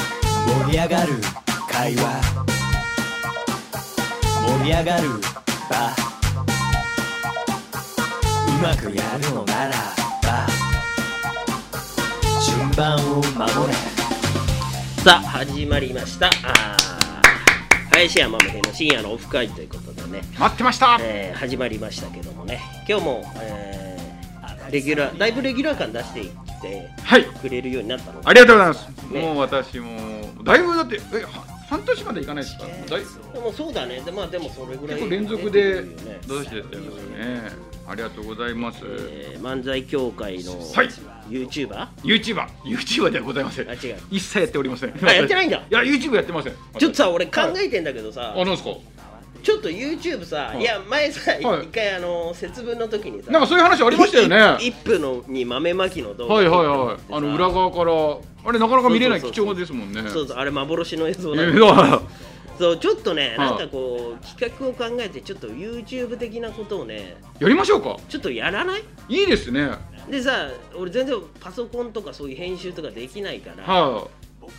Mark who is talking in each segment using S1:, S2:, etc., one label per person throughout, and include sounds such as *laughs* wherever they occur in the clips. S1: 盛り上がる会話盛り上がる場うまくやるのならば順番を守れ
S2: さあ始まりましたあー林家まめの深夜のオフ会ということでね、
S3: 待ってました
S2: えー始まりましたけどもね今日も、えーレギュラーだいぶレギュラー感出してきて
S3: はい
S2: くれるようになったの
S3: ありがとうございます、
S2: ね
S3: もう私もだいぶだってえは半年までいかないですかだい
S2: でもそうだねで,、まあ、でもそれぐらいだ
S3: 結
S2: ね、
S3: 構連続で
S2: っていうね
S3: 出してたんですよねありがとうございます
S2: えー漫才協会の
S3: はい
S2: YouTuber? あ
S3: YouTuber YouTuber ではございません
S2: 違う
S3: 一切やっておりません
S2: あやってないんだ
S3: いや YouTube やってません
S2: ちょっとさ俺考えてんだけどさ、
S3: あなんですか
S2: ちょっと YouTube さ、、
S3: はいい
S2: や前さ、
S3: はい
S2: 一回あの節分の時にさ
S3: なんかそういう話ありましたよねはい
S2: 一分のに豆まきの動画
S3: はいはいあの裏
S2: 側
S3: 側からあれなかなか見れない
S2: そうそうそう
S3: 貴重ですもんね
S2: そうそうあれ幻の映像
S3: いや
S2: なん
S3: い
S2: だ
S3: や
S2: そうちょっとね
S3: い
S2: なんかこう企画を考えてちょっと YouTube 的なことをね
S3: やりましょうか
S2: ちょっとやらない
S3: いいですね
S2: でさ俺全然パソコンとかそういう編集とかできないからあ
S3: はい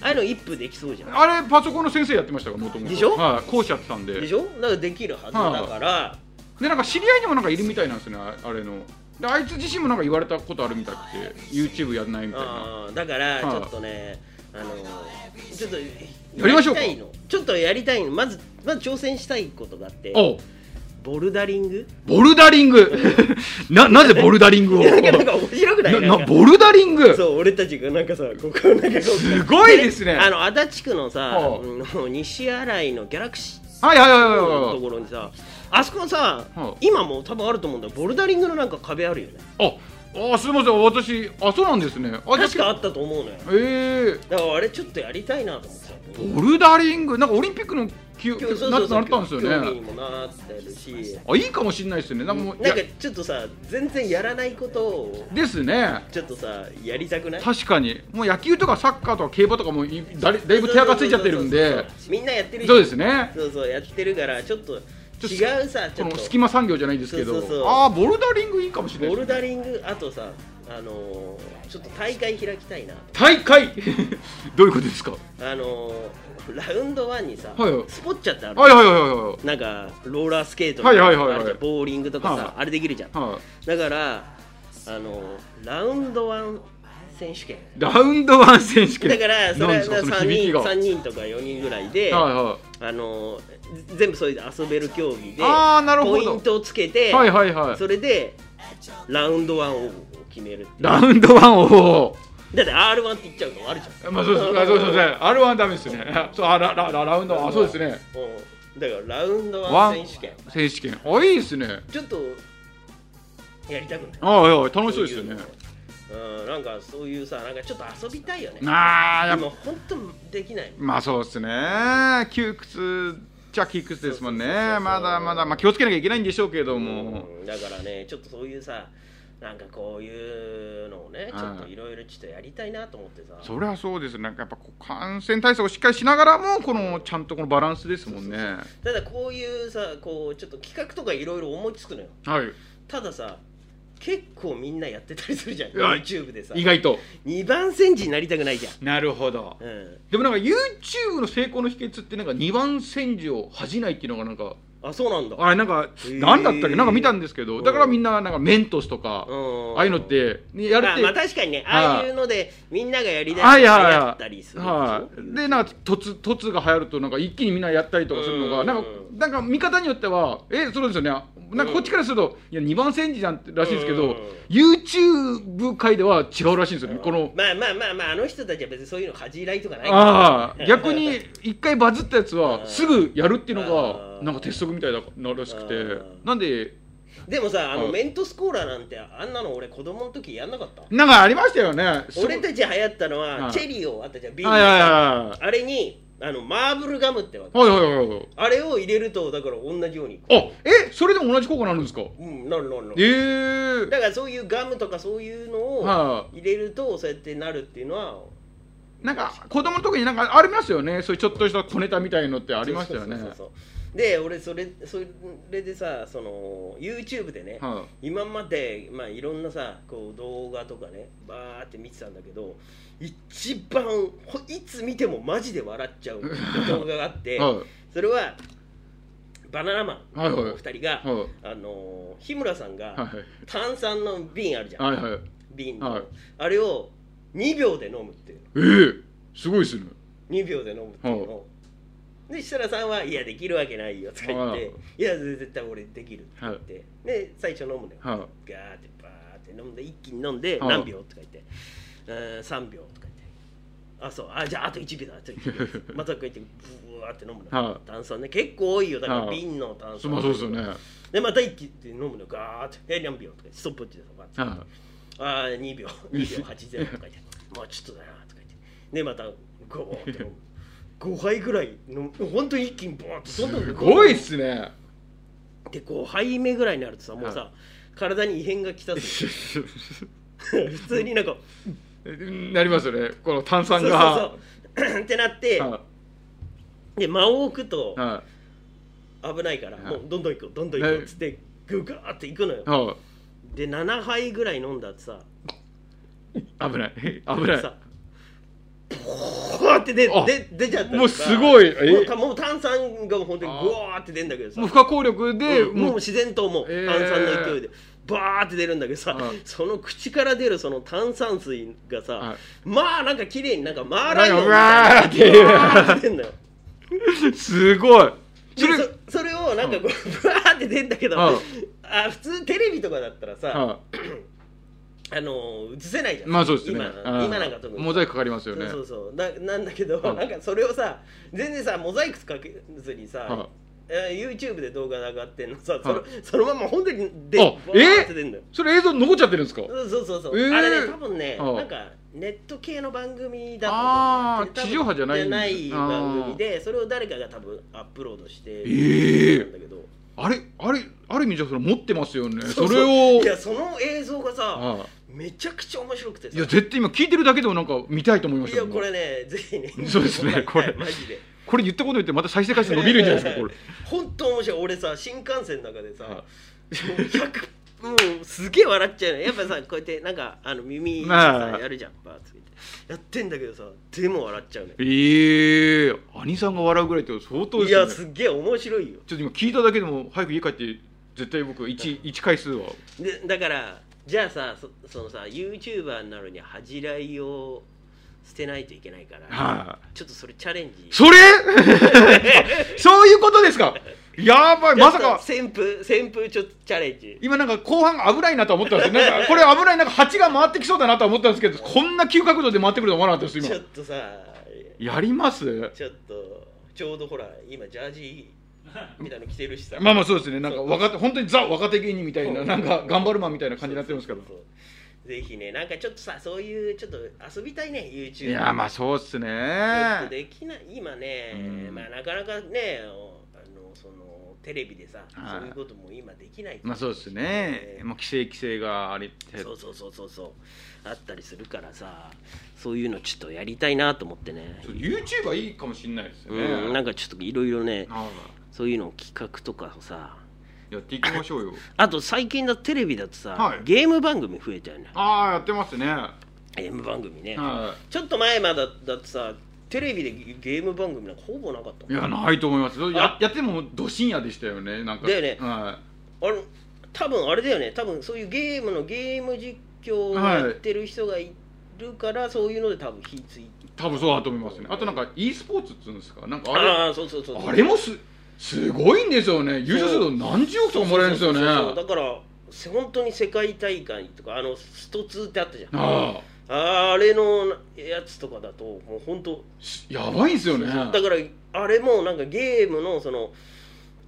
S2: あいうの一分できそうじゃん
S3: あれパソコンの先生やってましたからもともと
S2: でしょ
S3: はい講師やってたんで
S2: でしょだからできるはずだから
S3: でなんか知り合いにもなんかいるみたいなんですよねああれのであいつ自身もなんか言われたことあるみたいで YouTube やんないみたいな
S2: あーだから
S3: い
S2: ちょっとねあのちょっとや
S3: りましょうか
S2: りたいのちょっとやりたいのまずまず挑戦したいことがあって
S3: お
S2: ボルダリング *laughs*
S3: ボルダリング *laughs* ななぜボルダリングを
S2: なんかなんか面白くない
S3: な
S2: なん
S3: な
S2: か
S3: ボルダリン *laughs* グ
S2: そう俺たちがなんかさここなんかこう
S3: すごいですね
S2: あの足立区のさ、
S3: はあ
S2: うん西新井のギャラクシー
S3: はいはいはいはい
S2: のと
S3: は
S2: ころにさあそこのさ、
S3: はあ
S2: 今もう多分あると思うんだよボルダリングのなんか壁あるよね
S3: いああすいません私あそうなんですねあ
S2: 確かあったと思うのよ
S3: ええ
S2: だからあれちょっとやりたいなと思ってた
S3: ボルダリングなんかオリンピックのきゅ
S2: 今日そう
S3: な
S2: そうそ
S3: な
S2: う
S3: ったんですよ
S2: 競技に
S3: ね
S2: もなってるし
S3: あいいかもしれないですねなんかもう
S2: なんか
S3: いや
S2: ちょっとさ全然やらないことを
S3: ですね
S2: ちょっとさやりたくない
S3: 確かにもう野球とかサッカーとか競馬とかもいだれだいぶ手垢ついちゃってるんで
S2: みんなやってる
S3: そうですね
S2: そうそうやってるからちょっと
S3: ちょ
S2: 違うさち
S3: こ
S2: ょっ
S3: の
S2: と
S3: 隙間産業じゃないですけど
S2: そうそうそう
S3: ああボルダリングいいかもしれな
S2: ボ
S3: い
S2: ル
S3: ですね
S2: ダリングあとさあのーちょっと大会開きたいな
S3: 大会 *laughs* どういうことですかは
S2: あのーラウンド1にさ、
S3: はいはい
S2: スポッチャってある、
S3: いはいはいはい
S2: なんかローラースケート
S3: はいはいはいはい
S2: あるじゃんボーリングとかさ、
S3: はい
S2: あれできるじゃん、
S3: はい
S2: だからあのーラウンド1選手権
S3: ラウンドワン選手権
S2: だからそ
S3: なん
S2: れ
S3: ですかその
S2: 3
S3: 響き
S2: 人
S3: が
S2: 三人とか4人ぐらいで、
S3: はいは
S2: あのー全部そういう遊べる競技で
S3: あーなるほど
S2: ポイントをつけて、
S3: いはいはいはい
S2: それでラウンド1を決めるっていう
S3: ラウンドワンを
S2: だって R1 って言っちゃうのもあるじゃん。
S3: まあそう
S2: *laughs*
S3: ですあそうそうそうあれはダメですね *laughs* あそうあララララウンドあそうですね
S2: うんだからラウンド
S3: ワ
S2: 1
S3: ン
S2: 選手権。
S3: 選手権あいいですね
S2: ちょっとやりたくない
S3: ああいや楽しそうですよ
S2: そういう
S3: ね
S2: のうん、なんかそういうさ、なんかちょっと遊びたいよね。
S3: ああやっぱ
S2: 今、本当できない。
S3: まあそうですね窮屈じゃ窮屈ですもんね
S2: そうそうそうそう
S3: まだまだ、まあ、気をつけなきゃいけないんでしょうけども、
S2: うんだからね、ちょっとそういうさ、なんかこういうのをね、ちょっといろいろちょっとやりたいなと思ってさ。
S3: そりゃそうですねなんかやっぱこう感染対策をしっかりしながらもこのちゃんとこのバランスですもんね
S2: ただこういうさ、こうちょっと企画とかいろいろ思いつくのよ。
S3: はい
S2: たださ、結構みんなやってたりするじゃん、
S3: や
S2: YouTube でさ。
S3: 意外と
S2: 2番煎じになりたくないじゃん。
S3: なるほど
S2: うん、
S3: でもなんか YouTube の成功の秘訣ってなんか2番煎じを恥じないっていうのがなんか
S2: あ、そうなんだ。
S3: あれなんか
S2: ー
S3: 何だったっけなんか見たんですけどだからみんななんかメントスとか
S2: うん
S3: ああいうのってやるっ
S2: まあ、
S3: て
S2: まあ確かにね、
S3: はい
S2: ああいうのでみんながやりだ
S3: はい
S2: し
S3: はいはい
S2: やったりするでしょ
S3: はい、でなんか突突が流行るとなんか一気にみんなやったりとかするのが
S2: うん
S3: なんかなんか見方によってはえそうですよねなんかこっちからすると、いや2番煎じじゃんってらしいんですけど、
S2: うん
S3: YouTube 界では違うらしいんですよねこの、
S2: まあまあまあまああの人たちは別にそういうの恥じらいとかない
S3: ああ
S2: うん
S3: 逆に一回バズったやつ
S2: う
S3: は
S2: ん
S3: すぐやるっていう
S2: う
S3: の
S2: ん
S3: がなんか鉄則みたいだならしくて
S2: うん
S3: なんで
S2: *laughs* でもさあ
S3: う
S2: の
S3: ん
S2: メントスコーラなんてあんなの俺子供の時やんなかった
S3: なんかありましたよね
S2: 俺たち流行ったのは
S3: はい
S2: チェリーをあったじゃんビール
S3: はい
S2: の
S3: はい
S2: さ
S3: は
S2: あれにあのマーブルガムってわけ
S3: いはいはいはいはいはい
S2: あれを入れるとだから同じように
S3: あえそれでも同じ効果になるんですか
S2: うんなるなるな
S3: ええ
S2: るだからそういうガムとかそういうのを
S3: はい
S2: 入れるとそうやってなるっていうのは
S3: なんか子供の時になんかありますよねそういうちょっとした小ネタみたいのってありましたよ
S2: そ
S3: ね
S2: うそうそうそうで俺それそれでさその YouTube でね、
S3: は
S2: 今まで、まあ、いろんなさこう動画とかねバーって見てたんだけど一番ほいつ見てもマジで笑っちゃ
S3: *laughs*
S2: う動画があっ
S3: い
S2: て
S3: は
S2: それはバナナマ
S3: はい
S2: ン
S3: はい
S2: のお二人が、
S3: いはい
S2: あのー日村さんが
S3: はい
S2: 炭酸の瓶あるじゃん、
S3: はいはい
S2: 瓶の、
S3: はい
S2: あれを2秒で飲むっていう
S3: えー、すごいっすね
S2: 2秒で飲むっていうのを、で設楽さんは「いやできるわけないよ」とか言っ
S3: は
S2: て「いや絶対俺できる」って
S3: はい
S2: 言ってで最初飲むのよガー
S3: は
S2: ってバーって飲んで一気に飲んで
S3: はい
S2: 何秒とか言って、えー、3秒とか言ってあそうあじゃああと1秒だあと1秒
S3: *laughs*
S2: またこうやってブワーって飲むの、
S3: はい
S2: 炭酸ね結構多いよだか
S3: は
S2: ら
S3: い
S2: 瓶の炭
S3: い
S2: 酸、
S3: まあそうですよねはい
S2: でまた一気に飲むのガーってえ何秒とか言ってストップウォッチでさバーってあー2秒2秒80とか言ってもうちょっとだなとか言ってでまたゴーって飲む5杯ぐらいの本当に一気にボーンってどんどん
S3: すごいっすね
S2: で5杯目ぐらいになるとさもうさ、体に異変が来たす
S3: *laughs*
S2: 普通になんか
S3: なりますよねこの炭
S2: そうそ
S3: 酸
S2: う
S3: が
S2: そうってなって
S3: は
S2: で間を置くと
S3: いは
S2: 危ないから
S3: はい
S2: もうどんどん行こうどんどん行こうっつってグガーって行くのよ
S3: いは
S2: で7杯ぐらい飲んだってさ
S3: い危ない危ない
S2: さこうやって出
S3: あ
S2: 出出ちゃった
S3: もうすごいえ
S2: えもうかもう炭酸がもう本当に
S3: あ
S2: グワーって出るんだけどさ
S3: もう不可抗力で、
S2: うんもう
S3: もう
S2: 自然ともう
S3: えー
S2: 炭酸の勢いでバーって出るんだけどさ、
S3: はい
S2: その口から出るその炭酸水がさ、
S3: はい
S2: まあなんか綺麗になんかマーライオンみ
S3: なんかうわーっていう
S2: たいなバーって出るのよ
S3: すごい
S2: で
S3: それ
S2: そそれをなんかこうバーって出るんだけど、
S3: はい
S2: あ普通テレビとかだったらさ、
S3: は
S2: あのー映せないじゃ
S3: い
S2: ん、
S3: まあそうですね
S2: 今
S3: はい
S2: 今なんか特に
S3: モザイクかかりますよね
S2: そうそうそうななんだけど、
S3: はい
S2: なんかそれをさ全然さモザイクかけずにさ、
S3: は
S2: えー YouTube で動画が上がってんのさ、
S3: はい
S2: そのそのまま本当にで
S3: あ
S2: バーって出んのよ
S3: いそれ映像残っちゃってるんですか
S2: そうそうそうそう、
S3: えー
S2: あれね多分ね
S3: はい
S2: なんかネット系の番組だと
S3: あー
S2: 多分
S3: 地上波じゃないんだ
S2: じゃない番組でそれを誰かが多分アップロードして
S3: ええ
S2: なんだけど
S3: あれあれある意味じゃそれ持ってますよねそうれ
S2: う
S3: を
S2: いやその映像がさ
S3: は
S2: めちゃくちゃ面白くて
S3: い
S2: さ
S3: いや絶対今聞いてるだけでもなんか見たいと思いまし
S2: い
S3: た
S2: や
S3: もん
S2: これねぜひね
S3: そうですねこ
S2: *laughs*
S3: れ
S2: マジで
S3: これ言ったこと言ってまた再生回数伸びるんじゃな
S2: *laughs*
S3: いですかこれ
S2: 本当面白い俺さ新幹線の中でさ、
S3: は
S2: もう100もうすげえ笑っちゃうのやっぱさ
S3: *laughs*
S2: こうやってなんかあの耳さ
S3: まあ
S2: やるじゃんバーッつけてやってんだけどさでも笑っちゃうね
S3: ええ兄さんが笑うぐらいって相当で
S2: い
S3: すよ
S2: や
S3: ね
S2: すっげえ面白いよ
S3: ちょっと今聞いただけでも早く家帰って絶対僕 1, 一回数は
S2: でだからじゃあさそそのさ YouTuber になるには恥じらいを捨てないといけないから、
S3: は
S2: ちょっとそれチャレンジ
S3: それ *laughs* そういうことですかやばいまさ
S2: ちょっ
S3: か
S2: と旋風旋風ちょっとチャレンジ
S3: 今なんか後半危ないなとは思ったんですよなんかこれ危ないなんか蜂が回ってきそうだなとは思ったんですけどこんな急角度で回ってくると思わなかったです
S2: ちょっ
S3: 今
S2: とさ
S3: やります
S2: ちょっとちょうどほら今ジャージみたいなの着てるしさ
S3: *laughs* まあまあそうですねなんか若手本当にザ若手芸人みたいななんか頑張るマンみたいな感じになってますから
S2: そうそうそうぜひねなんかちょっとさそういうちょっと遊びたいね YouTube
S3: いやまあそうっす
S2: ちょっと
S3: ね
S2: できない今ね、
S3: うん
S2: まあなかなかねおあのそのテレビでさ
S3: はい
S2: そういうことも今できない
S3: まあそうですね
S2: えー
S3: もう規制規制がありって
S2: そうそうそうそうそうあったりするからさそういうのちょっとやりたいなと思ってね
S3: YouTube はいいかもしれないですよね
S2: うんなん
S3: か
S2: かちょっといろいろね
S3: あ
S2: そういうの企画とかをさ
S3: やっていきましょうよ
S2: あと最近だとテレビだとさ、
S3: はい
S2: ゲーム番組増えたよね
S3: ああやってますねは
S2: ゲーム番組ね、
S3: い
S2: ちょっと前までだだってさテレビでゲーム番組なんかほぼなかったもん
S3: いやないと思いますや
S2: あ
S3: やってもど深夜でしたよねなんか
S2: だよね
S3: は
S2: あの多分あれだよね多分そういうゲームのゲーム実況をやってる人がいるから、そういうので多分火つい
S3: い多分そうだと思いますねあとなんか e スポーツっつうんですかなんかあれ
S2: ああそうそうそう
S3: あれもすすごいんですよね優勝すると何十億とかもらえるんですよね
S2: そうそうそうだからせ本当に世界大会とかあのスト2ってあったじゃん
S3: ああ
S2: ああれのやつとかだともう本当
S3: しやばいんですよね
S2: だからあれもなんかゲームのその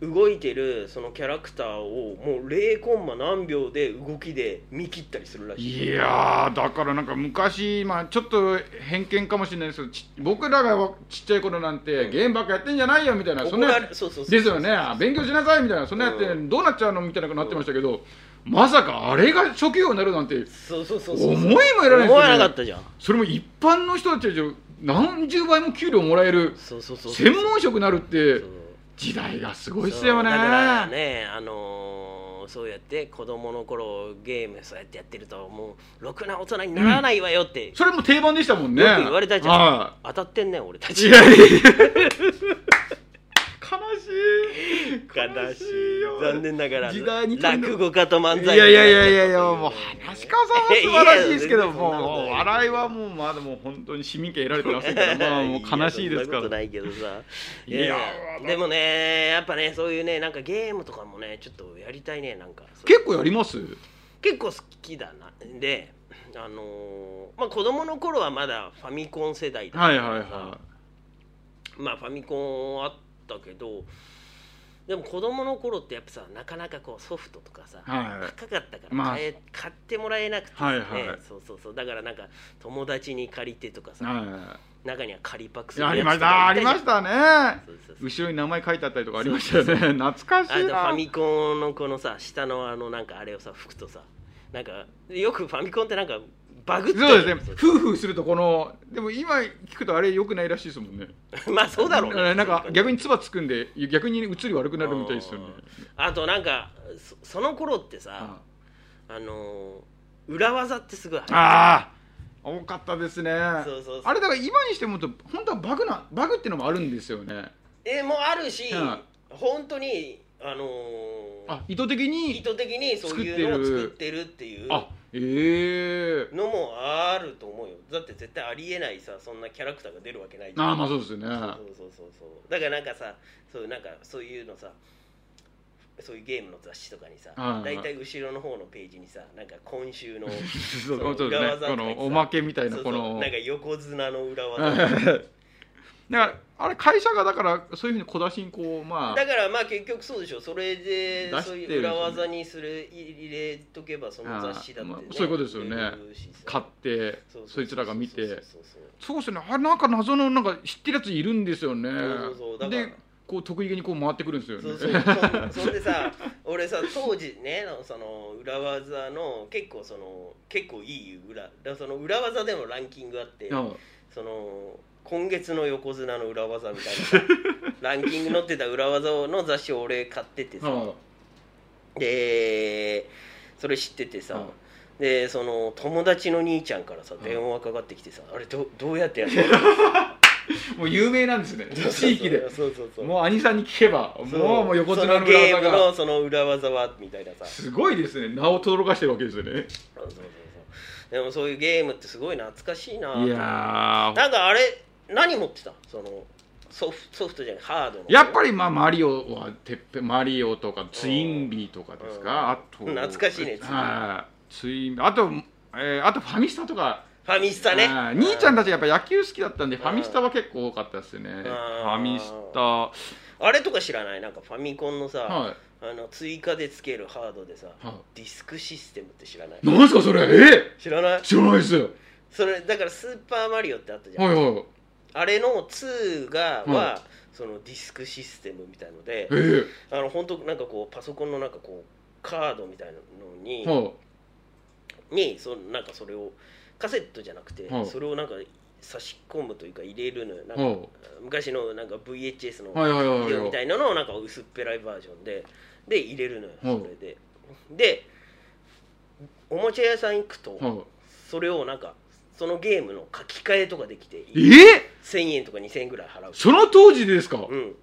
S2: 動いてるそのキャラクターをもう0コンマ何秒で動きで見切ったりするらしい
S3: いやーだからなんか昔、まあ、ちょっと偏見かもしれないですけどち僕らがちっちゃい頃なんてゲームばっかやってんじゃないよみたいなそんな
S2: 怒られそうそうそう
S3: ですよねあ勉強しなさいみたいなそんなやって
S2: う
S3: どうなっちゃうのみたいなことになってましたけどまさかあれが職業になるなんて
S2: そうそうそうそう
S3: 思いもよらないです
S2: 思わな
S3: よ
S2: かっ
S3: ね
S2: たじゃん
S3: それも一般の人たちより何十倍も給料もらえる
S2: そうそうそうそう
S3: 専門職になるって
S2: そう
S3: 時代がすごいっすよね
S2: そうだからねあのーそうやって子供の頃ゲームそうやってやってるともうろくな大人にならないわよって、
S3: それも定番でしたもんね
S2: よく言われたじゃん、
S3: は
S2: 当たってんね俺た
S3: い
S2: ち
S3: いやいやいや悲しい
S2: 悲しい
S3: よ
S2: 残念ながら
S3: 時代に飛んで
S2: 落語家と漫才家
S3: いやいやいやいやいやもう話
S2: *laughs*
S3: し家さんは素晴らしいですけ
S2: い
S3: ど
S2: やいや
S3: もう
S2: そんなこと
S3: も
S2: な
S3: う
S2: い
S3: 笑いはもうまだもう本当に市民権得られてませんからまあもう悲しいですか
S2: やそんなこと
S3: ら
S2: ないけどさ
S3: い
S2: い
S3: や
S2: やでもねやっぱねそういうねなんかゲームとかもねちょっとやりたいねなんかそう
S3: 結構やります
S2: 結構好きだなであのーまあ子供の頃はまだファミコン世代だった
S3: は
S2: か
S3: い
S2: らさ
S3: はいは
S2: まあファミコンあったけどでも子供の頃ってやっぱさなかなかこうソフトとかさ、
S3: いはい
S2: 高かったから買え、
S3: まあ
S2: 買ってもらえなくてさね、
S3: はいはい
S2: そうそうそうだからなんか友達に借りてとかさ、
S3: は
S2: 中には借りパクす
S3: い
S2: る
S3: あ
S2: や
S3: り
S2: つ
S3: まし
S2: とか
S3: たあ
S2: いた
S3: り
S2: じゃん
S3: ましたね
S2: そうそうそう
S3: 後ろに名前書いてあったりとかありましたよね懐か
S2: あ
S3: しい
S2: とフ
S3: な
S2: ァミコンのこのさ下のあのなんかあれをさ拭くとさなんかよくファミコンってなんかバグって
S3: そうですね夫婦するとこのでも今聞くとあれ良くないらしいですもんね
S2: ねまあそうだろうね
S3: なんか逆に唾つくんで逆に移り悪くなるみたいですよね
S2: あとなんかそその頃ってさ
S3: あ
S2: あのー裏技ってすごい流行っ
S3: あー多かったですね
S2: そうそうそう
S3: あれだから今にしてもと本当はバグなバグってのもあるんですよね
S2: えもうあるし
S3: うん
S2: 本当にあのー
S3: あ意図的
S2: 意
S3: に
S2: 図的にそういうのを作ってるっていう
S3: あええ
S2: のもあると思うよだって絶対ありえないさそんなキャラクターが出るわけないじゃん
S3: ああまあそうですよね
S2: そうそうそうそうだからなんかさそうなんかそういうのさそういうゲームの雑誌とかにさ
S3: はいはい
S2: 大体後ろの方のページにさなんか今週
S3: *laughs*
S2: の
S3: そう
S2: そう
S3: そうで
S2: 裏
S3: すね
S2: 技とか言っ
S3: こ
S2: て
S3: の
S2: さ
S3: おまけみたいな
S2: そう
S3: こ
S2: そう
S3: の
S2: なんか横綱の裏
S3: *laughs* だ
S2: 技
S3: からあれ会社がだからそういうふうに小出しにこうま
S2: だからまあ結局そうでしょそれで
S3: 出してるんです
S2: そ
S3: よ
S2: う
S3: ね
S2: いう裏技にする入れとけばその雑誌だって、ね
S3: あーまあそういうことですよね
S2: 売れるしさ
S3: あ買って
S2: うううう
S3: そいつらが見
S2: そう
S3: て
S2: そうそう
S3: そうですねあれなんか謎のなんか知ってるやついるんですよね
S2: そうそうだから
S3: でこう得意げにこう回ってくるんですよね
S2: そうそ
S3: *laughs*
S2: うそんそんでさ俺さ当時ねその裏技の結構その結構いい裏だからその裏技でのランキングあって
S3: あ
S2: その今月の横綱の裏技みたいなさ
S3: *laughs*
S2: ランキング載ってた裏技の雑誌を俺買っててさ
S3: あ
S2: でそれ知っててさ、
S3: うん
S2: でその友達の兄ちゃんからさ
S3: ん
S2: 電話かかってきてさ、あれどどうやってやる
S3: *laughs* もう有名なんですね
S2: の
S3: 地域で
S2: そうそうそう
S3: もう兄さんに聞けば
S2: そう
S3: もうもう横綱
S2: その
S3: の裏
S2: ゲー
S3: 技
S2: ム
S3: が
S2: のその裏技はみたいなさ
S3: すごいですね名を轟かしてるわけですよね
S2: そうそうそうそうでもそういうゲームってすごい懐かしいない
S3: やー
S2: なんかあれ何持ってたそのソフソフトじゃないハードの
S3: やっぱりまあマリオはてっぺんマリオとかツインビーとかです
S2: うん
S3: かあと
S2: 懐かしいねツインビー
S3: はいツインビーあとえーあとファミスタとか
S2: ファミスタね
S3: はい兄ちゃんたちやっぱ野球好きだったんでファミスタは結構多かったですよねファミスタは
S2: あれとか知らないなんかファミコンのさ、
S3: いは
S2: あの追加でつけるハードでさ、
S3: い
S2: ディスクシステムって知らない
S3: 何ですかそれえ
S2: 知らない
S3: ー知らないですよ
S2: それだから「スーパーマリオ」ってあったじゃん、
S3: はいはい
S2: あれの2がは、
S3: は
S2: そのディスクシステムみたいので
S3: えー
S2: あの本当なんかこうパソコンのなんかこうカードみたいなのに、
S3: はい
S2: にそなんかそれをカセットじゃなくて、
S3: はい
S2: それをなんか差し込むというか入れるのよなんか、
S3: は
S2: 昔のなんか VHS の
S3: いはいはいはい
S2: ビデオみ
S3: は
S2: たいなのをなんか薄っぺらいバージョンでで入れるのよ、
S3: はい
S2: それででおもちゃ屋さん行くと、
S3: いはい
S2: それをなんかそのゲームの書き換えとかできて
S3: え
S2: 1000
S3: ー
S2: 円とか2000円ぐらい払う
S3: その当時でですか
S2: うん、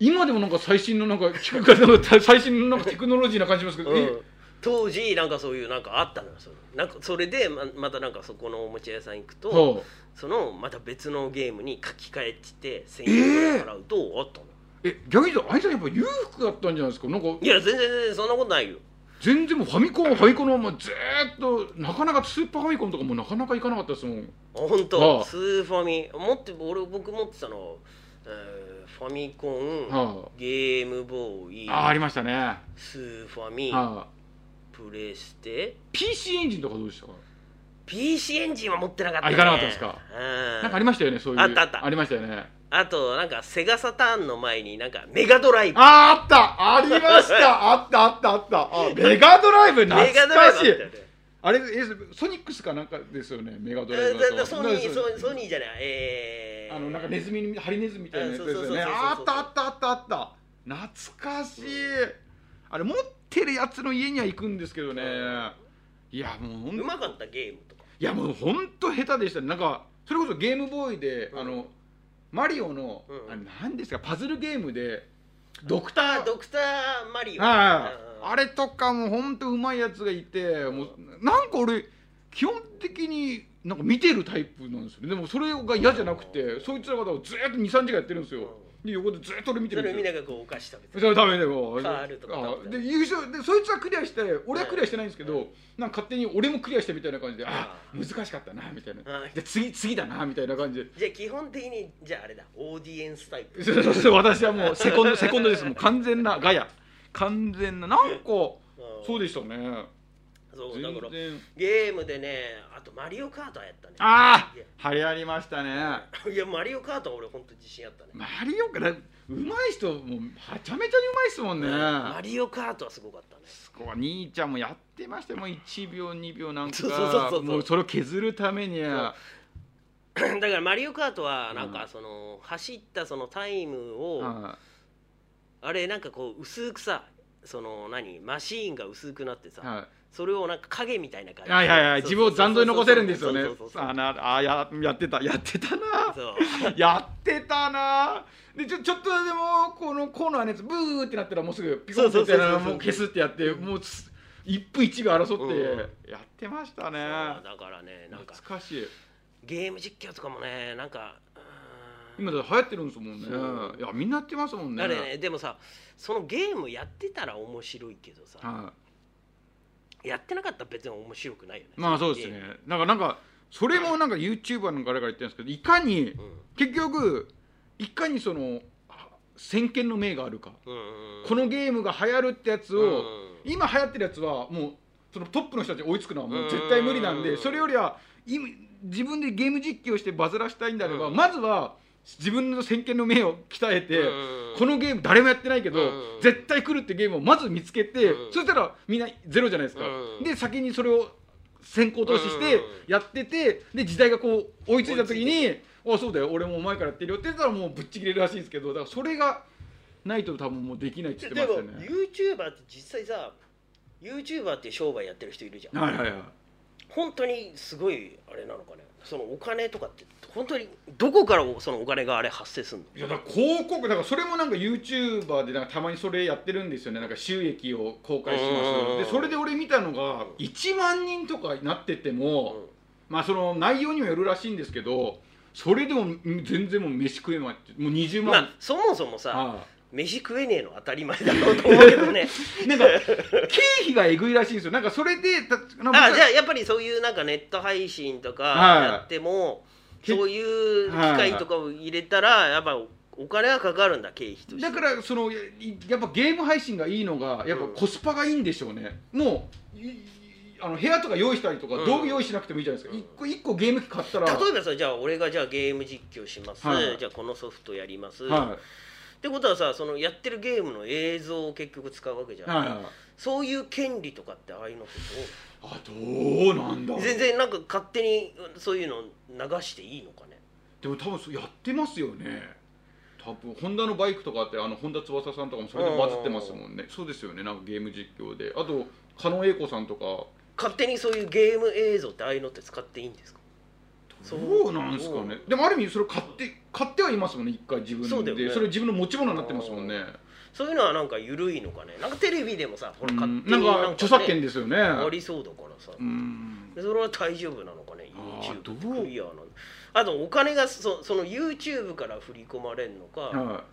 S3: 今でもなんか最新のなんか機械なんか *laughs* 最新のなんかテクノロジーな感じしますけど、
S2: う
S3: え
S2: ん、当時なんかそういうなんかあったのよそれなんかそれでままたなんかそこのおもちゃ屋さん行くと、
S3: はあ
S2: そのまた別のゲームに書き換えて1000円ぐらい払うと、あったの
S3: え逆に言うとあいつはやっぱ裕福だったんじゃないですかなんか
S2: いや全然全然そんなことないよ
S3: 全然もうファミコンはファミコンのままずーっとなかなかスーパーファミコンとかもなかなかいかなかったですもん
S2: あ本
S3: ああ
S2: 当スーファミ持って俺僕持ってたの、えーファミコン、
S3: は
S2: ゲームボーイ
S3: ああーありましたねは
S2: スーファミ
S3: あ
S2: プレステ
S3: PC エンジンとかどうでしたか
S2: PC エンジンは持ってなかった、ね、
S3: あいかなかったですか
S2: うん
S3: なんかありましたよねそういう
S2: あったあった
S3: りましたよね
S2: あとなんかセガサターンの前になんかメガドライブ
S3: あーあったありましたあったあったあったあメガドライブ懐
S2: メガドライ
S3: か
S2: ブあ
S3: し
S2: っ
S3: い
S2: たよね
S3: あれえソニックスかなんかですよねメガドライ
S2: え
S3: ブ
S2: ーだだ
S3: だと
S2: ソニー
S3: そう
S2: ソソニーじゃないえー、
S3: あのなんかネズミにハリネズミみたいなやつですよね
S2: うんそうそうそうそうそう
S3: あったあったあったあった懐かしいあれ持ってるやつの家には行くんですけどねいやもうほん
S2: う
S3: い
S2: まかったゲームとか
S3: やもうほんと下手でしたなんかそれこそゲームボーイで
S2: うん
S3: あのマリオの
S2: うん
S3: あれ何ですかパズルゲームでドクタ
S2: あ
S3: ー
S2: ドクターマリオ
S3: はい、
S2: うん
S3: あれとかも本当うまいやつがいて、もうなんか俺基本的になんか見てるタイプなんですよねでもそれが嫌じゃなくてそいつら方をずっと23時間やってるんですよで横でずっと俺見て
S2: そ
S3: るん
S2: れ
S3: で
S2: を見
S3: す
S2: なが
S3: よ
S2: らこうお菓子食べて
S3: それダメだよ
S2: カールとか
S3: あで優勝でそいつはクリアして俺はクリアしてないんですけど、
S2: うん
S3: なんか勝手に俺もクリアしたみたいな感じで、あ
S2: う
S3: 難しかったなみたいな、
S2: はい
S3: で次次だなみたいな感じで
S2: じゃあ基本的にじゃああれだオーディエンスタイプ
S3: そうそうそう私はもうセコンドセコンドですもう完全なガヤ完全ななんかそうでしたね
S2: そうだ
S3: 全
S2: から
S3: 然
S2: ゲームでねあとマリオカートはやったね
S3: あ
S2: いや
S3: あ流行りましたね
S2: いやマリオカートは俺本当自信あったね
S3: マリオからうまい人もうはちゃめちゃにうまいっすもんね
S2: マリオカートはすごかったね
S3: すごい兄ちゃんもやってましたよもう1秒2秒なん
S2: そうそうそうそうそ
S3: か
S2: う
S3: もうそれを削るためには
S2: *clears throat* だからマリオカートはなん
S3: うん
S2: かその走ったそのタイムを
S3: あ
S2: あれなんかこう薄くさその何マシーンが薄くなって
S3: あ
S2: さ
S3: は
S2: それをなんか影みたいな感
S3: い
S2: じ
S3: はいはいはい
S2: そう
S3: 自
S2: そ
S3: 分
S2: う
S3: を残像に残せるんですよね
S2: そうそうそう
S3: あなあややってたやってたな
S2: そう
S3: *laughs* やってたなでちょちょっとでもこのコーナーのやつブーってなったらもうすぐピコンって
S2: そ
S3: や
S2: う
S3: っ
S2: そう
S3: た
S2: そうそう
S3: らもう消すってやってもうつ1分1秒争
S2: う
S3: ってやってましたね
S2: そうだからねなんか
S3: 懐かしい
S2: ゲーム実況とかもねなんかうーん
S3: 今だって流行ってるんですもんね
S2: そう
S3: いやみんなやってますもんね
S2: あれねでもさそのゲームやってたら面白いけどさ
S3: は
S2: やってなかったら別に面白くないよね
S3: い、まあそうですねなんかなんかそれもなんか YouTuber なんか誰か言ってるんですけどいか
S2: う
S3: に
S2: ん
S3: 結局いかにそのあ先見の明があるか
S2: うんうん
S3: このゲームが流行るってやつ
S2: うん
S3: を今流行ってるやつはもうそのトップの人たちに追いつくのはもう絶対無理なん
S2: う
S3: で
S2: ん
S3: それよりは今自分でゲーム実況してバズらしたいんであれば
S2: うん
S3: まずは自分の先見の明を鍛えて
S2: うん
S3: このゲーム誰もやってないけど
S2: うん
S3: 絶対来るってゲームをまず見つけて
S2: うん
S3: そしたらみんなゼロじゃないですか
S2: うん
S3: で先にそれを先行投資して
S2: うん
S3: やっててで時代がこう追いついた時
S2: 追い
S3: に「あそうだよ俺も前からやってるよ」って言ったらもうぶっちぎれるらしいんですけどだからそれがないと多分もうできないって
S2: で
S3: 言ってました
S2: も
S3: よね。
S2: YouTuber って実際さ YouTuber って商売やってる人いるじゃん
S3: はいはいはい
S2: 本当にすごいあれなのかねそのお金とかって本当にどこからそのお金があれ発生するの
S3: いやだから広告だからそれもなんか YouTuber でなんかたまにそれやってるんですよねなんか収益を公開し
S2: うん
S3: ますでそれで俺見たのが1万人とかになってても、まあその内容にもよるらしいんですけどそれでもうん全然もう飯食えまいってもう20
S2: まあ
S3: 万、
S2: そもそもさ
S3: ああ
S2: 飯食えねえの当たり前だろうと思うけ
S3: *laughs*
S2: どね
S3: なんか経費がえぐいらしいんですよなんかそれでたなんか
S2: あじゃあやっぱりそういうなんかネット配信とか
S3: はい
S2: やっても、そういう機械とかを入れたら、やっぱお金がかかるんだ経費として
S3: だからそのややっぱゲーム配信がいいのがやっぱコスパがいいんでしょうね、もういいあの部屋とか用意したりとか、
S2: うん
S3: 道具用意しなくてもいいじゃないです
S2: う
S3: か、
S2: ん
S3: 一個一個ゲーム機買ったら
S2: 例えばさじゃあ俺がじゃあゲーム実況します、
S3: はい
S2: じゃあこのソフトやります、
S3: は
S2: ってことはさそのやってるゲームの映像を結局使うわけじゃ
S3: い、
S2: ん、
S3: はい
S2: そういう権利とかってああいうのって
S3: あどうなんだ
S2: ど
S3: ろ
S2: う
S3: う
S2: 全然なんか勝手にそういうの流していいのかね
S3: でも多分そうやってますよね多分ホンダのバイクとかってあの本田翼さんとかもそれでバズってますもんねそうですよねなんかゲーム実況であと狩野英孝さんとか
S2: 勝手にそういうゲーム映像ってああいうのって使っていいんですか
S3: そうなんですかねでもある意味それ買って買ってはいますもんね一回自分で
S2: そ
S3: そう
S2: だよね
S3: れ自分の持ち物になってますもんね
S2: そういうのはなんか緩いのかねなんかテレビでもさほ
S3: う
S2: ら勝
S3: ん
S2: 手
S3: な
S2: に
S3: んか著作権
S2: ね
S3: ですよね
S2: ありそうだからさ、
S3: うん
S2: それは大丈夫なのかね
S3: あー
S2: YouTube
S3: どう
S2: クリアなのあとお金がそその YouTube から振り込まれるのか、
S3: は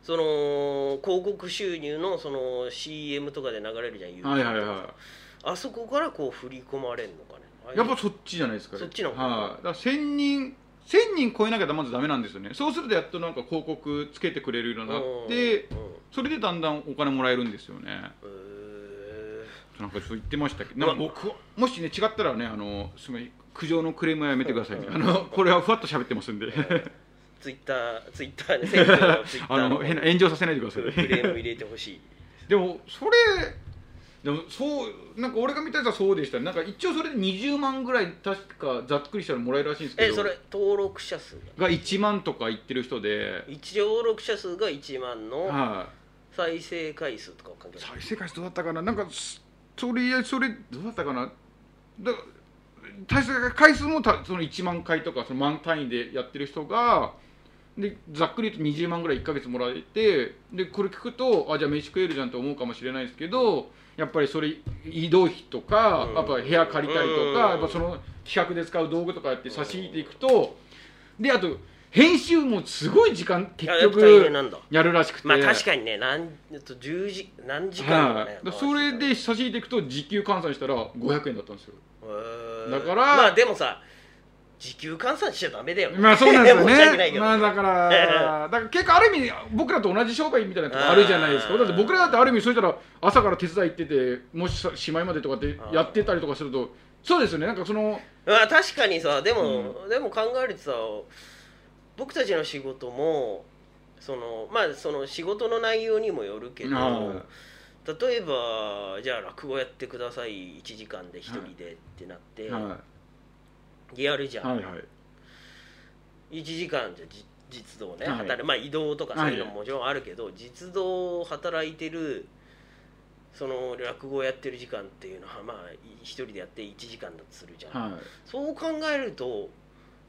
S2: その広告収入のその CM とかで流れるじゃん YouTube
S3: いはいはいは
S2: あそこからこう振り込まれるのかねああい
S3: いうやっぱそっちじゃないですかね
S2: そっちの方
S3: はいだから1000人1000人超えなきゃまずダメなんですよねそうするとやっとなんか広告つけてくれるようになって
S2: うんうん
S3: それでだんだんお金もらえるんですよね
S2: へー
S3: なんかそう言ってましたけどなんか僕はもしね違ったらねあのすみません苦情のクレームはやめてくださいねあのこれはふわっと喋ってますんで *laughs*
S2: ツイッターツイッターね選挙のツイッタ
S3: *laughs* あ
S2: ー
S3: の変な炎上させないでくださ
S2: ク
S3: い
S2: レーム入れてほしい
S3: でもそれでもそうなんか俺が見たやつはそうでしたねなんか一応それで20万ぐらい確かざっくりしたらもらえるらしいんですけ
S2: え
S3: ど
S2: それ登録者数が
S3: が1万とかいってる人で、
S2: 一応登録者数が1万の
S3: は
S2: 再生回数とかは関
S3: い、
S2: 係ない
S3: 再生回数どうだったかななんかすとりあえずそれどうだったかなだ再生回数もたその1万回とかその満単位でやってる人がでざっくり言うと20万ぐらい1ヶ月もらえてでこれ聞くとあじゃあ飯食えるじゃんと思うかもしれないですけどやっぱりそれ移動費とか、
S2: うん
S3: やっぱ部屋借りたりとか、
S2: うん
S3: やっぱその企画で使う道具とかやって差し引いていくとであと編集もすごい時間結
S2: あやっぱ
S3: 局。
S2: 大変なんだ
S3: やるらしくて、
S2: まあ確かにね何と10時何時間も
S3: はい
S2: ね、
S3: だからそれで差し引いていくと時給換算したら500円だった
S2: *laughs*
S3: んですよ
S2: へー
S3: だから
S2: まあでもさ時給換算しちゃダメだよ
S3: まあそうなんです
S2: *laughs*
S3: よ
S2: 申し訳ない
S3: ね
S2: けど、
S3: まあだか
S2: *laughs*
S3: らだから結構ある意味僕らと同じ商売みたいなとこあるじゃないです
S2: あ
S3: か
S2: ー
S3: だって僕らだってある意味そうしたら朝から手伝い行っててもしさしまいまでとかってやってたりとかするとそうですよねなんかその
S2: まあ確かにさでも、でも考えるとさ僕たちの仕事もそのまあその仕事の内容にもよるけど
S3: あ
S2: 例えばじゃあ落語やってください1時間で1人でってなって、
S3: ーは
S2: やるじ
S3: い
S2: ゃん、
S3: はいはい
S2: 1時間じゃじ実動ね、
S3: はい
S2: 働まあ移動とかそういうの
S3: は
S2: も
S3: い
S2: もちろんあるけど、実動を働いてるその落語やってる時間っていうのはまあ1人でやって1時間だとするじゃん、
S3: は
S2: そう考えると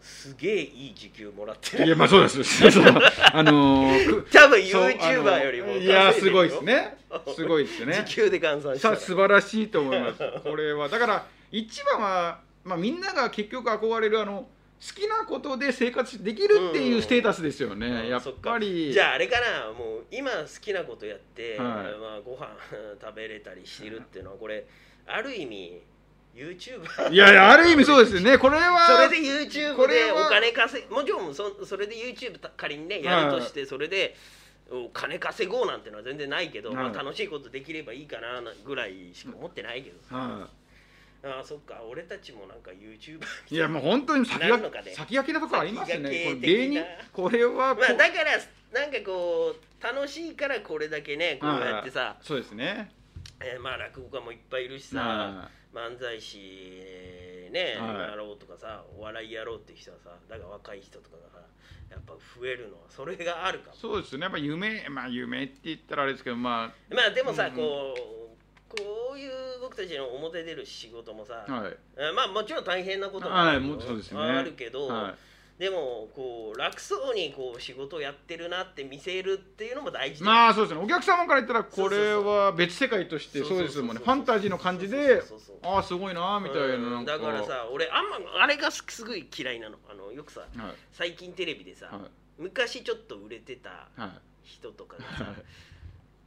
S2: すげえいい時給もらって
S3: いい
S2: る
S3: やまあそうです *laughs* そうあのー
S2: *laughs*
S3: く
S2: 多分
S3: そうあの
S2: YouTuber よりも稼
S3: い
S2: でる
S3: や
S2: よ
S3: すごいですねすごいですね
S2: 時給で換算した
S3: さ
S2: ら
S3: 素晴らしいと思いますこれはだから一番は、まあ、みんなが結局憧れるあの好きなことで生活できるっていうステータスですよね、
S2: うん
S3: やっぱり
S2: じゃああれかなもう今好きなことやって、
S3: はい
S2: まあ、ご飯食べれたりしてるっていうのはこれある意味 YouTuber
S3: いやいやある意味そうですよねこれは
S2: *laughs* それで YouTube
S3: こ
S2: で
S3: れは
S2: お金稼いもちろんそそれで YouTube た仮にねやるとしてそれでお金稼ごうなんてのは全然ないけど、
S3: はい
S2: まあ、楽しいことできればいいかなぐらいしか思ってないけどさ、
S3: は
S2: ああそっか俺たちもなんか YouTuber
S3: い、いやもう本当に先
S2: な
S3: が
S2: るのかね
S3: 先焼きなところありますよね
S2: 先
S3: これ
S2: 駆け的
S3: 芸人
S2: な
S3: これはこ
S2: まあ
S3: う
S2: だからなんかこう楽しいからこれだけねこうやってさ、
S3: そうですね
S2: えーまあ落語家もいっぱいいるしさ、
S3: は
S2: 漫才師ね、
S3: はい
S2: やろうとかさお笑いやろうって人はさだから若い人とかがさやっぱ増えるのはそれがあるか
S3: いそうですねやっぱ夢まあ夢って言ったらあれですけどま
S2: もまあでもさ、
S3: うん
S2: こうこういう僕たちの表出る仕事もさ、
S3: あはい
S2: えーまあもちろん大変なことも
S3: はい
S2: あるよ
S3: もうそうですね
S2: あるけど、
S3: は
S2: でもこう楽そうにこう仕事をやってるなって見せるっていうのも大
S3: い
S2: 事だよね
S3: まあそうですねお客様から言ったらこれは別世界としてそうですもんねファンタジーの感じで
S2: そうそうそう
S3: ああすごいなーみたいな
S2: うん
S3: なん
S2: だからさ俺あんまあれがすすごい嫌いなのあのよくさ
S3: は
S2: 最近テレビでさ、
S3: いは
S2: 昔ちょっと売れてた
S3: いはい
S2: 人とかが
S3: は
S2: さ
S3: い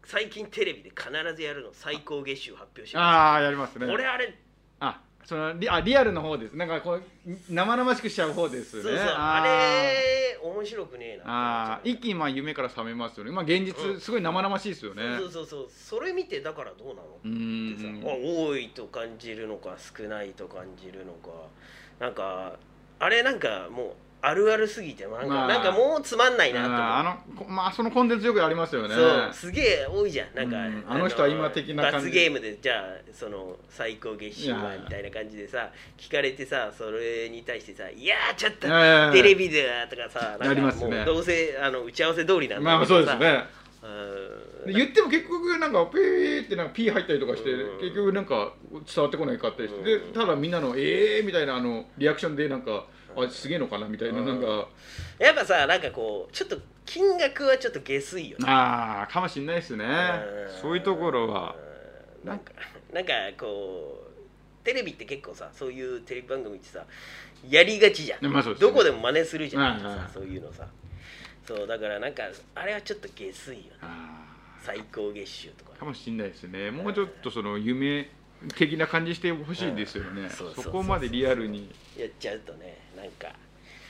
S2: 最近テレビで必ずやるの最高月収発表しま
S3: ああやります
S2: す
S3: ね
S2: 俺あれ
S3: あそのリあリアルの方ですなんかこう生々しくしちゃう方です
S2: そ
S3: ね
S2: うそう
S3: あ
S2: あ
S3: ー
S2: れ面白くねえな
S3: あー一気にまあ夢から覚めますよねまあ現
S2: う
S3: 実
S2: ん
S3: すごい生々しいですよね
S2: そうそうそうそうそれ見てだからどうなの
S3: う
S2: ってさ、
S3: ん
S2: あ多いと感じるのか少ないと感じるのかなんかあれなんかもうあるあるすぎてなんか,、
S3: まあ
S2: なんかもうつまんないなと思う
S3: あーあのこまあそのコンテンツよくありますよね
S2: そうすげえ多いじゃんなんか、
S3: うんあの人は今的な感じ
S2: 罰ゲームでじゃあその最高月収はい
S3: や
S2: みたいな感じでさ聞かれてさそれに対してさ「いやーちょっと
S3: いやいやいや
S2: テレビでは」とかさな
S3: や
S2: ん
S3: り
S2: か
S3: ます
S2: も
S3: ね
S2: うどうせあの打ち合わせ通りなんだ
S3: まあそうですね
S2: うん
S3: で言っても結局なんかピーってなんかピー入ったりとかして
S2: うん
S3: 結局なんか伝わってこないかったりして
S2: う
S3: で
S2: ん
S3: ただみんなの「ええー」みたいなあのリアクションでなんか「あすげえのかな」みたいな
S2: うん
S3: なんか
S2: やっぱさなんかこうちょっと金額はちょっと下水よね
S3: あーかもしんないですねそういうところは
S2: うんなんかなんかこうテレビって結構さそういうテレビ番組ってさやりがちじゃん、
S3: まあそうですね
S2: どこでも真似するじゃん、
S3: はいはいはい
S2: そういうのさそうだからなんかあれはちょっと下水よね
S3: あ
S2: 最高月収とか
S3: ーかもしんないですねもうちょっとその夢的な感じしてほしいですよ
S2: うん
S3: ね
S2: そうそう
S3: そ
S2: そう
S3: こまでリアルに
S2: やっちゃうとねなんかだか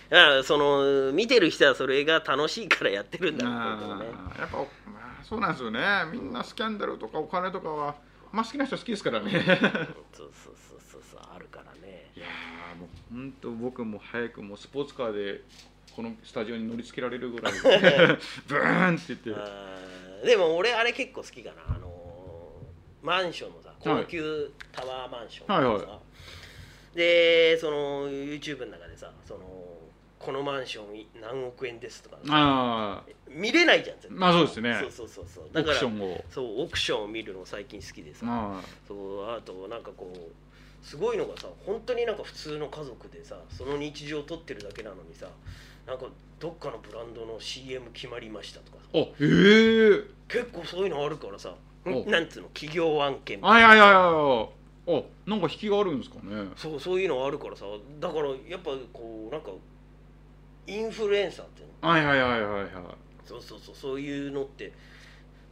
S2: らその見てる人はそれが楽しいからやってるんだろうけどね
S3: あーやっぱまあそうなんですよねみんなスキャンダルとかお金とかはまあ好きな人は好きですからね
S2: そうそうそうそうそうあるからね
S3: いやーもう本当僕も早くもうスポーツカーでこのスタジオに乗りつけられるぐら
S2: *laughs*
S3: いブーンって言って
S2: あーでも俺あれ結構好きかなあのーマンションのさ高級タワーマンション
S3: はいはい
S2: とかさでその YouTube の中でさそのこのマンション何億円ですとか
S3: ああ
S2: 見れないじゃん絶対
S3: まあそうですね
S2: そうそうそうそう
S3: オ
S2: だか
S3: プ
S2: ら
S3: ションを
S2: そうオークションを見るの最近好きでさ
S3: ま
S2: そうあとなんかこうすごいのがさ本当になんか普通の家族でさその日常を撮ってるだけなのにさなんかどっかのブランドの CM 決まりましたとか
S3: ああへえ
S2: 結構そういうのあるからさ
S3: お
S2: なんつうの企業案件
S3: あいやいやいやいやあなんか引きがあるんですかね
S2: そうそういうのあるからさだからやっぱこうなんかインフルエンサーっていうの
S3: はいはいはいはいはい
S2: そうそうそうそういうのって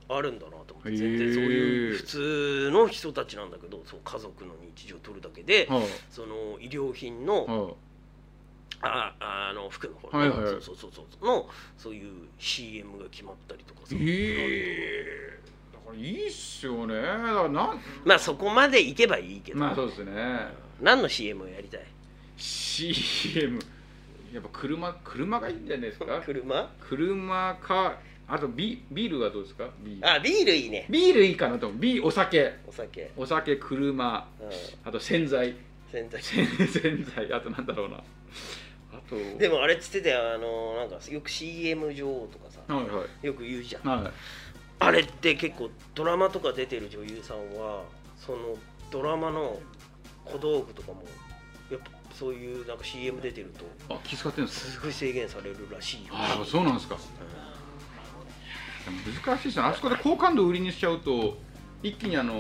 S2: あるんだなと思って
S3: へえ
S2: 全然そういう普通の人たちなんだけどそう家族の日常を撮るだけで
S3: はい
S2: その衣料品の、
S3: はい
S2: ああの服の方
S3: は
S2: ね
S3: いはいはい
S2: そうそうそうそうのそういう CM が決まったりとかさ
S3: ええだからいいっすよねだからなん
S2: まあそこまで行けばいいけど、
S3: まあそうですね
S2: 何の CM をやりたい
S3: CM やっぱ車車がいいんじゃないですか
S2: *laughs* 車
S3: 車かあとビビールはどうですかビール
S2: あビールいいね
S3: ビールいいかなと思うビーお酒
S2: お酒、
S3: お酒車
S2: うん、
S3: あと洗剤
S2: 洗濯機
S3: 洗剤あとなんだろうなあと
S2: でもあれっつってたよあのなんかよく CM 女王とかさ
S3: はいはい
S2: よく言うじゃん
S3: は
S2: あれって結構ドラマとか出てる女優さんはそのドラマの小道具とかもやっぱそういうなんか CM 出てると
S3: いあ気遣ってんですか
S2: すごい制限されるらしいよ
S3: ああそうなんですかでも難しいですねあそこで好感度売りにしちゃうと一気にあの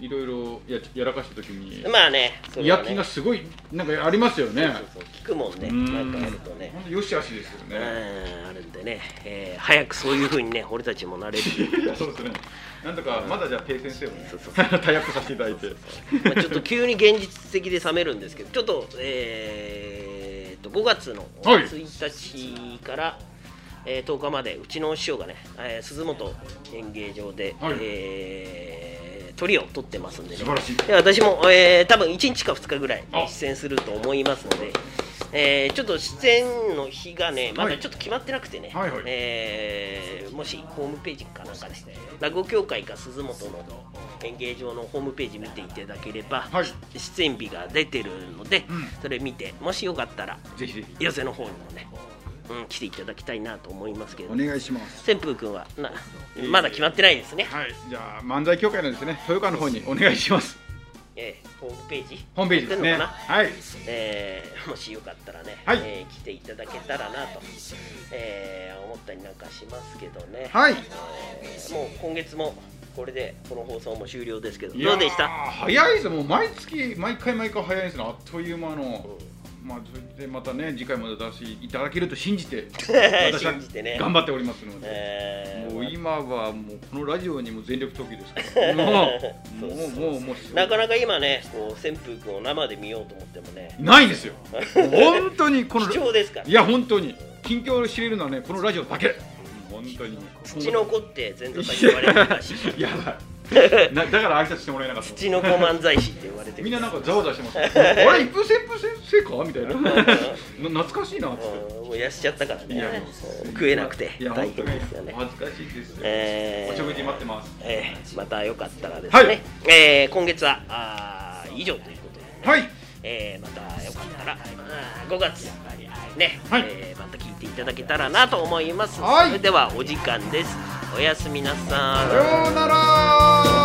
S3: いろいろややらかした時に
S2: まあね、そ
S3: 違
S2: れは
S3: 約
S2: ね
S3: 金がすごいなんかありますよね
S2: そうそうそう聞くもんね、
S3: うん
S2: なんかやるとね。
S3: 本当よし悪しですよ
S2: う
S3: ね。
S2: んあるんでね、えー早くそういうふうにね、俺たちもなれるように
S3: そうですね。なんとかまだじゃあペイ先生もね
S2: そうそうそ
S3: *laughs* タイアップさせていただい
S2: *laughs*
S3: て。
S2: まあちょっと急に現実的で冷めるんですけど、ちょっと,、えーっと5月の
S3: はい
S2: 1日から、えー10日まで、うちの師匠がね、えー鈴本演芸場で、
S3: はい
S2: えートリを取ってますんでね
S3: 素晴らしい。
S2: で私も、えー多分1日か2日ぐらい
S3: あ
S2: 出演すると思いますので、えーちょっと出演の日がねま
S3: は
S2: だ
S3: い
S2: ちょっと決まってなくてね、
S3: はいはい
S2: えーもしホームページかなんかで、落語協会か鈴本の演芸場のホームページ見ていただければ、
S3: はい
S2: 出演日が出てるので、
S3: うん
S2: それ見てもしよかったら
S3: ぜひぜひ。
S2: 寄せの方にもね、うん、来ていただきたいなと思いますけど
S3: お願いします。
S2: 旋風君はな
S3: えー
S2: まだ決まってないですね、
S3: はい。じゃあ漫才協会のですね豊川の方にお願いします。
S2: えーホームページ
S3: ホームページです
S2: や
S3: ね。
S2: ってんのかな
S3: はい。
S2: えーもしよかったらね、
S3: はい
S2: えー来ていただけたらなと、えー思ったりなんかしますけどね、
S3: はい。
S2: えーもう今月もこれでこの放送も終了ですけど
S3: いや
S2: どう
S3: ー
S2: でした
S3: 早いですよもう毎月毎回毎回早いですねあっという間の。まあそれでまたね次回も出していただけると信じ
S2: *laughs*
S3: て私は
S2: 信じてね
S3: 頑張っておりますので。
S2: えー
S3: もう今はもうこのラジオにも全力投球で
S2: *laughs*
S3: すから。もう
S2: そう
S3: も
S2: そうう
S3: もうもう
S2: なかなか今ねこう旋風君を生で見ようと思ってもね
S3: ないです
S2: *laughs*
S3: よ。本当にこの
S2: 貴重ですから
S3: いや本当に近況を知れるのはねこのラジオだけ。本当に。
S2: 土の子って前座さんに言われてるらしい
S3: *laughs* や
S2: *laughs*
S3: ばい。なだから挨拶してもらえなかった。
S2: 土の子漫才師って言われてる
S3: みんななんかざわざわして
S2: *laughs*
S3: ます。あれ一風旋風先生かみたいな。な懐かしいなっつっ
S2: うんもう痩せちゃったから
S3: て。いやも
S2: ね
S3: う
S2: 食えなくて
S3: いや
S2: 大
S3: 本当
S2: 変
S3: に
S2: ですよね
S3: お恥ずかしいですよ。
S2: えー
S3: お食事待ってます。
S2: えーまたよかったらですね、
S3: はい
S2: えー今月はあー以上ということで、ね
S3: はい。
S2: えーまたよかったらあー5月ね、
S3: はい
S2: えーまた聞いていただけたらなと思います、
S3: はい
S2: それではお時間ですおやすみなさーい
S3: さようなら。